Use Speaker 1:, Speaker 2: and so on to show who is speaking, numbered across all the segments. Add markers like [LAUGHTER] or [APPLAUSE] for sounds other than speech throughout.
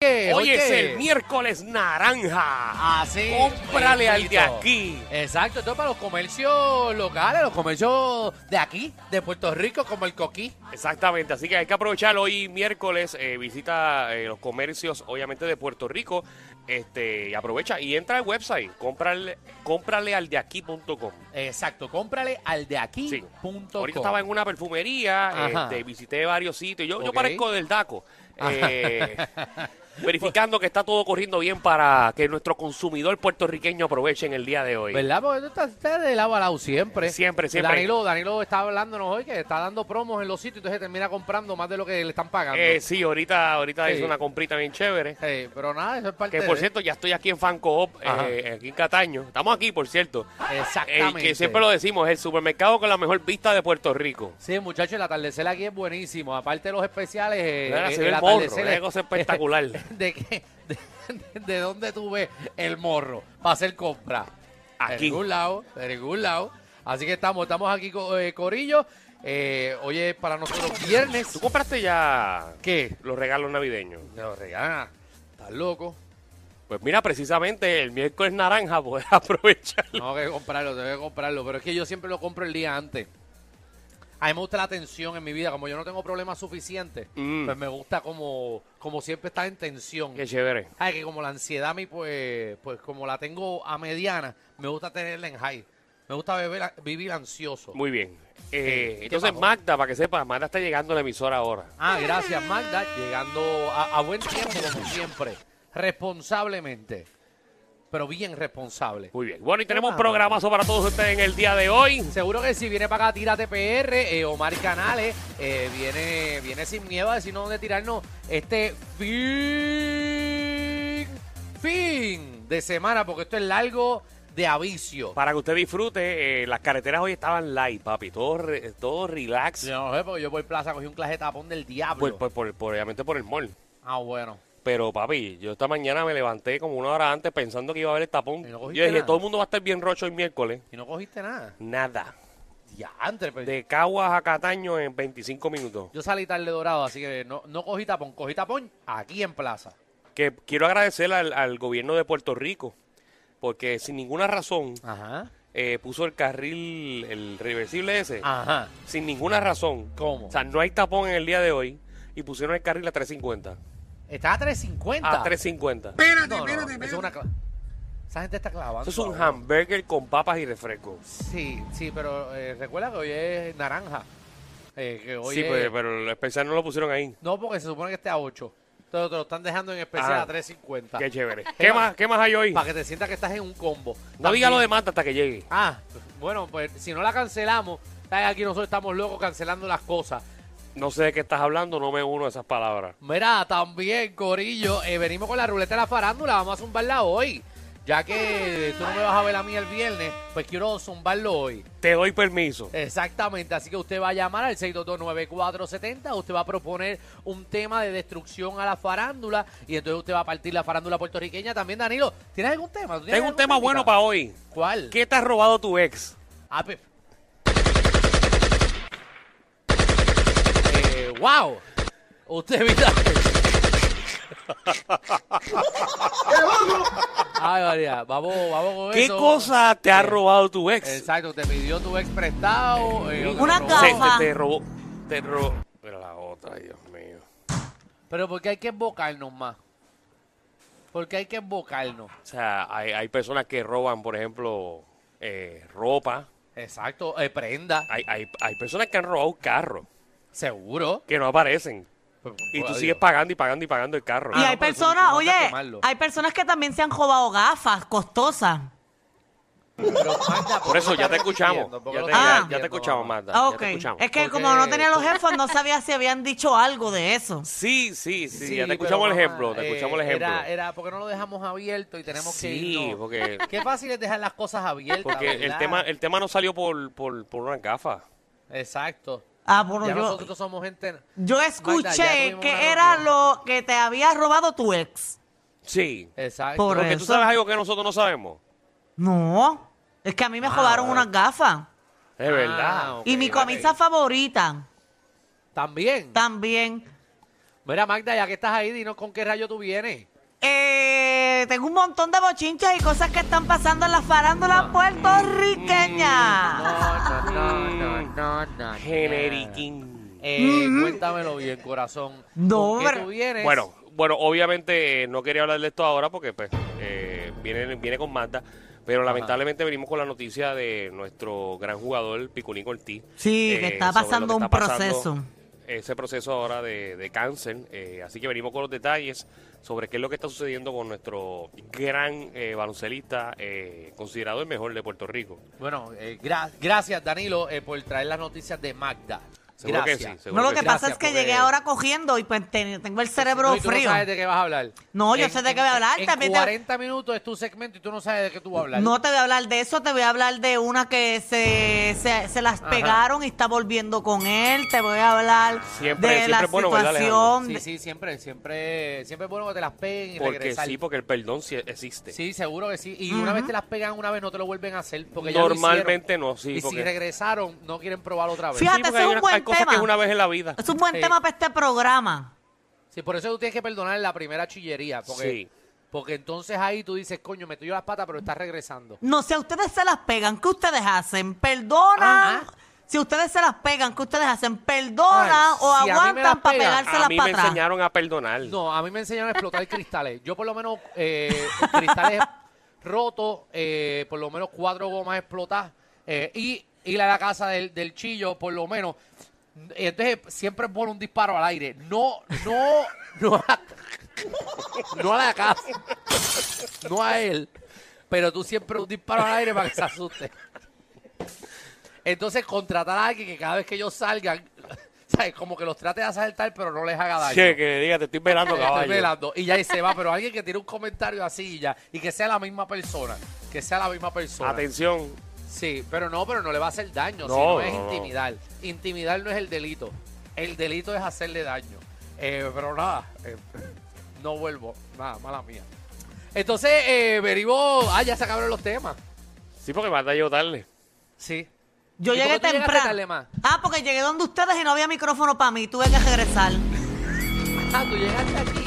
Speaker 1: martes.
Speaker 2: Hoy es
Speaker 1: ¿oíste?
Speaker 2: el miércoles naranja.
Speaker 1: Así.
Speaker 2: Cómprale al de
Speaker 1: mismito.
Speaker 2: aquí.
Speaker 1: Ah, Exacto, esto es para los comercios locales, los comercios de aquí, de Puerto Rico, como el coquí.
Speaker 2: Exactamente, así que hay que aprovechar hoy miércoles, eh, visita eh, los comercios obviamente de Puerto Rico, este, y aprovecha y entra al website, cómprale, cómprale al de aquí.com.
Speaker 1: Exacto, cómprale al de aquí.
Speaker 2: Sí.
Speaker 1: Punto
Speaker 2: Ahorita
Speaker 1: com.
Speaker 2: estaba en una perfumería,
Speaker 1: Ajá.
Speaker 2: este, visité varios sitios, yo, yo
Speaker 1: Ok.
Speaker 2: parezco del DACO. eh, verificando que está todo corriendo bien para que nuestro consumidor puertorriqueño aproveche en el día de hoy.
Speaker 1: ¿Verdad? Porque tú estás, estás de lado a lado siempre.
Speaker 2: Siempre, siempre.
Speaker 1: Danilo, Danilo está hablándonos hoy que está dando promos en los sitios, entonces termina comprando más de lo que le están pagando.
Speaker 2: Eh, sí, ahorita, ahorita
Speaker 1: Sí.
Speaker 2: hice una comprita bien chévere.
Speaker 1: Eh, pero nada, eso es parte
Speaker 2: Que por
Speaker 1: de-
Speaker 2: cierto, ya estoy aquí en Fancoop,
Speaker 1: Ajá.
Speaker 2: eh, aquí en Cataño. Estamos aquí, por cierto. El
Speaker 1: Exactamente.
Speaker 2: que siempre lo decimos, es el supermercado con la mejor vista de Puerto Rico.
Speaker 1: Sí, muchachos, el atardecer aquí es buenísimo. Aparte de los especiales, eh,
Speaker 2: Mira,
Speaker 1: eh,
Speaker 2: se ve el morro,
Speaker 1: atardecer
Speaker 2: es una cosa espectacular.
Speaker 1: [LAUGHS] ¿De, qué? De, de dónde tú ves el morro para hacer compra?
Speaker 2: Aquí.
Speaker 1: De ningún lado, de ningún lado. Así que estamos, estamos aquí, co- eh, Corillo. Eh, hoy es para nosotros viernes.
Speaker 2: ¿Tú compraste ya
Speaker 1: ¿Qué?
Speaker 2: los regalos navideños?
Speaker 1: No, regana. Estás loco.
Speaker 2: Pues mira, precisamente el miércoles naranja pues, [LAUGHS] puedes aprovecharlo.
Speaker 1: No, que comprarlo, tengo que comprarlo. Pero es que yo siempre lo compro el día antes. A mí me gusta la tensión en mi vida. Como yo no tengo problemas suficientes,
Speaker 2: Mm.
Speaker 1: pues me gusta como, como siempre estar en tensión.
Speaker 2: Qué chévere.
Speaker 1: Ay, Ah, que como la ansiedad a mí, pues, pues como la tengo a mediana, me gusta tenerla en high. Me gusta beber- vivir ansioso.
Speaker 2: Muy bien. Eh,
Speaker 1: ¿Qué
Speaker 2: entonces,
Speaker 1: pasó?
Speaker 2: Magda, para que sepas, Magda está llegando a la emisora ahora.
Speaker 1: Ah, gracias, Magda. Llegando a, a buen tiempo, como siempre. Responsablemente. Pero bien responsable.
Speaker 2: Muy bien. Bueno, y tenemos
Speaker 1: Ah.
Speaker 2: programazo para todos ustedes en el día de hoy.
Speaker 1: Seguro que si viene para acá, tírate PR, eh, Omar Canales, eh, viene, viene sin miedo a decirnos dónde tirarnos este fin, fin de semana, porque esto es largo de avicio.
Speaker 2: Para que usted disfrute, eh, las carreteras hoy estaban light, papi. Todo, re- todo relax.
Speaker 1: Yo no sé, porque yo por plaza cogí un clase de tapón del diablo.
Speaker 2: Pues, pues, por, por- obviamente por el mall.
Speaker 1: ah, bueno.
Speaker 2: Pero, papi, yo esta mañana me levanté como una hora antes pensando que iba a haber el tapón.
Speaker 1: ¿Y no
Speaker 2: Yo
Speaker 1: cogiste
Speaker 2: dije,
Speaker 1: nada?
Speaker 2: todo el mundo va a estar bien rocho el miércoles.
Speaker 1: Y no cogiste nada.
Speaker 2: Nada.
Speaker 1: Diantre, pero
Speaker 2: De Caguas a Cataño en 25 minutos.
Speaker 1: yo salí tarde dorado, así que no, no cogí tapón. Cogí tapón aquí en plaza.
Speaker 2: Que quiero agradecer al, al gobierno de Puerto Rico, porque sin ninguna razón
Speaker 1: Ajá.
Speaker 2: eh, puso el carril, el reversible ese.
Speaker 1: Ajá.
Speaker 2: Sin ninguna razón.
Speaker 1: Ah. ¿Cómo?
Speaker 2: O sea, no hay tapón en el día de hoy. Y pusieron el carril a 350.
Speaker 1: Está a 350.
Speaker 2: A 350.
Speaker 1: Espérate, espérate, espérate. Es una cla- Esa gente está clavando.
Speaker 2: Eso es un
Speaker 1: ahora.
Speaker 2: hamburger con papas y refresco.
Speaker 1: Sí, sí, pero eh, recuerda que hoy es naranja. Eh, que hoy
Speaker 2: sí, pues,
Speaker 1: es-
Speaker 2: pero, pero el especial no lo pusieron ahí.
Speaker 1: No, porque se supone que esté a 8. Entonces te lo están dejando en especial
Speaker 2: Ah.
Speaker 1: a 350. [LAUGHS]
Speaker 2: Qué chévere. ¿Qué más, ¿Qué más hay hoy?
Speaker 1: Para que te sientas que estás en un combo.
Speaker 2: No diga lo de Mata hasta que llegue.
Speaker 1: Ah, bueno, pues si no la cancelamos, ¿sabes? aquí nosotros estamos locos cancelando las cosas.
Speaker 2: No sé de qué estás hablando, no me uno a esas palabras.
Speaker 1: Mira, también, Corillo, eh, venimos con la ruleta de la farándula, vamos a zumbarla hoy. Ya que tú no me vas a ver a mí el viernes, pues quiero zumbarlo hoy.
Speaker 2: Te doy permiso.
Speaker 1: Eh, Exactamente, así que usted va a llamar al 6229470, usted va a proponer un tema de destrucción a la farándula y entonces usted va a partir la farándula puertorriqueña también, Danilo. ¿Tienes algún tema? ¿Tú tienes
Speaker 2: Tengo un
Speaker 1: algún
Speaker 2: tema
Speaker 1: temita?
Speaker 2: bueno para hoy.
Speaker 1: ¿Cuál?
Speaker 2: ¿Qué te ha robado tu ex?
Speaker 1: Ah, pe- Eh, wow. Usted mira. Ay, María, vamos, vamos con
Speaker 2: ¿Qué
Speaker 1: eso.
Speaker 2: cosa te ha
Speaker 1: Eh,
Speaker 2: robado tu ex?
Speaker 1: Exacto, te pidió tu ex prestado. eh,
Speaker 3: Una
Speaker 1: otro-
Speaker 2: Se-
Speaker 3: gafa.
Speaker 2: te, te robó. Te robó. Pero la otra, Dios mío.
Speaker 1: Pero porque hay que embocarnos más. Porque hay que embocarnos.
Speaker 2: O sea, hay, hay personas que roban, por ejemplo, eh, ropa.
Speaker 1: Exacto, eh, prenda,
Speaker 2: Hay, hay, hay personas que han robado carros
Speaker 1: seguro.
Speaker 2: que no aparecen. Y tú
Speaker 1: Adiós.
Speaker 2: sigues pagando y pagando y pagando el carro.
Speaker 3: y
Speaker 1: Ah,
Speaker 3: hay
Speaker 1: no, pero eso
Speaker 3: personas,
Speaker 1: no hay que
Speaker 3: oye,
Speaker 1: quemarlo.
Speaker 3: hay personas que también se han robado gafas costosas.
Speaker 1: Pero, Magda,
Speaker 2: Por eso
Speaker 1: qué
Speaker 2: ya te
Speaker 1: estás
Speaker 2: escuchamos.
Speaker 1: repitiendo? ¿Por qué
Speaker 2: Ya
Speaker 1: lo
Speaker 2: te,
Speaker 1: estás
Speaker 2: ya-
Speaker 3: Ah.
Speaker 2: ya te
Speaker 1: repitiendo,
Speaker 2: escuchamos,
Speaker 1: mamá?
Speaker 2: Magda.
Speaker 3: Ah,
Speaker 2: ya
Speaker 3: ok.
Speaker 2: te escuchamos.
Speaker 3: Es que
Speaker 1: Porque
Speaker 3: como no tenía los
Speaker 1: tú-
Speaker 3: jefes, no sabía si habían dicho algo de eso.
Speaker 2: Sí, sí, sí, ya te
Speaker 1: pero,
Speaker 2: escuchamos el
Speaker 1: mamá,
Speaker 2: ejemplo, te
Speaker 1: eh,
Speaker 2: escuchamos el ejemplo.
Speaker 1: Era, era porque no lo dejamos abierto y tenemos que
Speaker 2: sí,
Speaker 1: irnos.
Speaker 2: [LAUGHS] porque,
Speaker 1: Qué fácil es dejar las cosas abiertas,
Speaker 2: porque el,
Speaker 1: ¿verdad?
Speaker 2: tema, el tema no salió por, por, por una gafa.
Speaker 1: Exacto.
Speaker 3: Ah, bueno,
Speaker 1: Ya
Speaker 3: yo,
Speaker 1: nosotros somos gente...
Speaker 3: yo
Speaker 1: Magda, ya
Speaker 3: escuché
Speaker 1: tuvimos una
Speaker 3: que era
Speaker 1: reunión.
Speaker 3: lo que te había robado tu ex.
Speaker 2: Sí.
Speaker 1: Exacto.
Speaker 3: Por e-
Speaker 2: Porque tú
Speaker 3: eso.
Speaker 2: sabes algo que nosotros no sabemos.
Speaker 3: No, es que a
Speaker 1: Ah,
Speaker 3: mí me robaron unas gafas.
Speaker 2: Es verdad.
Speaker 1: ok,
Speaker 3: y mi
Speaker 1: ok.
Speaker 3: camisa favorita
Speaker 1: También.
Speaker 3: también.
Speaker 1: Mira, Magda, ya que estás ahí, dinos con qué rayo tú vienes.
Speaker 3: Eh, tengo un montón de bochinchas y cosas que están pasando en la farándula puertorriqueña.
Speaker 1: Ah, mm, No, no, no, no, no, no.
Speaker 2: Generiquín.
Speaker 1: Eh, cuéntamelo bien, corazón.
Speaker 3: No,
Speaker 1: ¿Con qué
Speaker 3: pero-
Speaker 1: tú vienes?
Speaker 2: Bueno, bueno, obviamente eh, no quería hablar de esto ahora porque pues, eh, viene, viene con Magda. Pero lamentablemente venimos con la noticia de nuestro gran jugador, Piculín Ortiz. eh,
Speaker 3: Sí, que está
Speaker 2: sobre lo
Speaker 3: pasando un proceso.
Speaker 2: Ese proceso ahora de, de cáncer. eh, así que venimos con los detalles sobre qué es lo que está sucediendo con nuestro gran eh, baloncelista, eh, considerado el mejor de Puerto Rico.
Speaker 1: Bueno, eh, gra- gracias, Danilo, eh, por traer las noticias de Magda.
Speaker 2: Seguro que
Speaker 1: Gracias.
Speaker 2: sí,
Speaker 3: No,
Speaker 2: seguro
Speaker 3: lo que
Speaker 1: Gracias,
Speaker 3: pasa es que
Speaker 1: porque-
Speaker 3: llegué ahora cogiendo y pues te- tengo el
Speaker 1: No,
Speaker 3: cerebro
Speaker 1: y tú
Speaker 3: frío.
Speaker 1: No sabes de qué vas a hablar.
Speaker 3: No, yo sé de qué voy a hablar,
Speaker 1: En,
Speaker 3: también te-
Speaker 1: 40 minutos es tu segmento y tú no sabes de qué tú vas a hablar.
Speaker 3: No te voy a hablar de eso, te voy a hablar de una que se, se, se las
Speaker 1: Ajá.
Speaker 3: pegaron y está volviendo con él. Te voy a hablar
Speaker 2: Siempre-
Speaker 3: de
Speaker 2: siempre
Speaker 3: la
Speaker 2: es bueno, ¿verdad,
Speaker 3: situación.
Speaker 1: Sí,
Speaker 3: de-
Speaker 1: sí, siempre, siempre, siempre es bueno que te las peguen y
Speaker 2: Porque
Speaker 1: regresar.
Speaker 2: sí, porque el perdón sí existe.
Speaker 1: Sí, seguro que sí. Y una vez te las pegan, una vez no te lo vuelven a hacer. Porque ya lo
Speaker 2: Normalmente
Speaker 1: hicieron.
Speaker 2: no, sí,
Speaker 1: Y si
Speaker 2: porque-
Speaker 1: regresaron, no quieren probar otra vez.
Speaker 2: Sí,
Speaker 3: Fíjate,
Speaker 2: porque
Speaker 3: ese es
Speaker 2: hay
Speaker 3: un
Speaker 2: una-
Speaker 3: buen
Speaker 2: hay cosas que
Speaker 3: tema.
Speaker 2: es una vez en la vida.
Speaker 3: Es un buen
Speaker 1: Sí.
Speaker 3: tema para este programa.
Speaker 1: Sí, por eso tú tienes que perdonar la primera chillería. Porque,
Speaker 2: Sí.
Speaker 1: porque entonces ahí tú dices, coño, me tuyó las patas, pero estás regresando.
Speaker 3: No, si a ustedes se las pegan, ¿qué ustedes hacen? ¿Perdonan?
Speaker 1: Ajá.
Speaker 3: Si ustedes se las pegan, ¿qué ustedes hacen? ¿Perdonan
Speaker 1: Ay,
Speaker 3: o
Speaker 1: si a mí me las
Speaker 3: aguantan para
Speaker 1: pegan,
Speaker 2: A
Speaker 3: pegárselas
Speaker 2: mí me
Speaker 3: para atrás?
Speaker 2: enseñaron a perdonar.
Speaker 1: No, a mí me enseñaron a explotar cristales. Yo por lo menos eh, cristales rotos, eh, por lo menos cuatro gomas explotadas eh, y ir a la casa del, del chillo, por lo menos. Entonces siempre es bueno un disparo al aire. No, no, no a, no a la casa, no a él. Pero tú siempre un disparo al aire para que se asuste. Entonces contratar a alguien que cada vez que ellos salgan, [LAUGHS] ¿sabes? Como que los trate de asaltar, pero no les haga daño.
Speaker 2: Che, que le diga, [LAUGHS] te estoy velando,
Speaker 1: Estoy
Speaker 2: caballo.
Speaker 1: velando. Y ya ahí se va, pero alguien que tiene un comentario así y ya, y que sea la misma persona. Que sea la misma persona.
Speaker 2: Atención.
Speaker 1: Sí, pero no, pero no le va a hacer daño,
Speaker 2: No,
Speaker 1: sino es
Speaker 2: no, no.
Speaker 1: intimidar. Intimidar no es el delito. El delito es hacerle daño. Eh, pero nada, eh, no vuelvo. Nada, mala mía. Entonces, eh, venimos. Ah, ya se acabaron los temas.
Speaker 2: Sí, porque me yo tarde.
Speaker 1: Sí.
Speaker 3: Yo
Speaker 1: ¿Y por
Speaker 3: llegué
Speaker 1: qué tú llegaste tarde,
Speaker 3: temprano.
Speaker 1: ma?
Speaker 3: Ah, porque llegué donde ustedes y no había micrófono para mí. Tuve que regresar.
Speaker 1: Ah, tú llegaste aquí.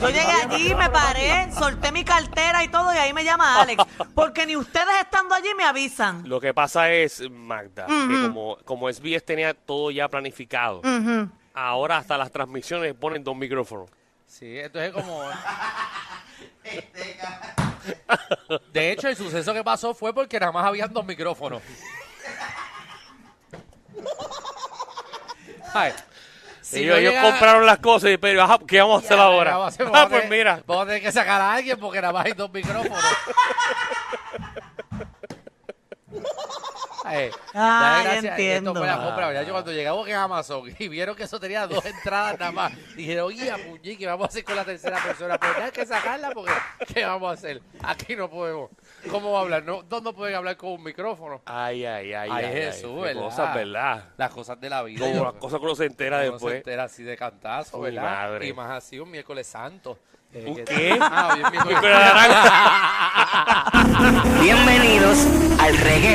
Speaker 3: Yo llegué allí, me paré, solté mi cartera y todo, y ahí me llama Alex. Porque ni ustedes estando allí me avisan.
Speaker 2: Lo que pasa es, Magda, que como, como SBS tenía todo ya planificado,
Speaker 3: Ujú.
Speaker 2: ahora hasta las transmisiones ponen dos micrófonos.
Speaker 1: Sí, entonces como... De hecho, el suceso que pasó fue porque nada más habían dos micrófonos. Ay, si
Speaker 2: ellos,
Speaker 1: yo
Speaker 2: ellos
Speaker 1: llegara-
Speaker 2: compraron las cosas y pero ajá, ¿qué vamos a hacer ahora?
Speaker 1: Vamos a hacer-
Speaker 2: [LAUGHS] ah,
Speaker 1: vamos a
Speaker 2: pues
Speaker 1: tener-
Speaker 2: mira.
Speaker 1: Vamos a tener que sacar a alguien porque nada más hay dos micrófonos. Ay,
Speaker 3: Ah,
Speaker 1: dale
Speaker 3: ya
Speaker 1: gracias.
Speaker 3: entiendo.
Speaker 1: Esto fue la compra, ¿verdad? Yo cuando llegamos en Amazon y vieron que eso tenía [LAUGHS] dos entradas nada más, dijeron, oye, puñi, ¿qué vamos a hacer con la tercera persona? Pues hay que sacarla porque, ¿qué vamos a hacer? Aquí no podemos. ¿Cómo va a hablar? No, dos no pueden hablar con un micrófono.
Speaker 2: Ay, ay,
Speaker 1: Ay,
Speaker 2: ay, ay, ay,
Speaker 1: Jesús,
Speaker 2: qué
Speaker 1: ¿verdad?
Speaker 2: cosas, ¿verdad?
Speaker 1: Las cosas de la vida.
Speaker 2: Como
Speaker 1: yo-
Speaker 2: las cosas que uno se entera
Speaker 1: uno
Speaker 2: después.
Speaker 1: se
Speaker 2: [LAUGHS]
Speaker 1: entera así de cantazo,
Speaker 2: Uy,
Speaker 1: ¿verdad?
Speaker 2: madre.
Speaker 1: Y más así un miércoles santo. Eh,
Speaker 2: ¿Un
Speaker 1: que-
Speaker 2: qué?
Speaker 1: Ah, hoy es miércoles
Speaker 2: Pero la naranja-
Speaker 4: Bienvenidos al reggae.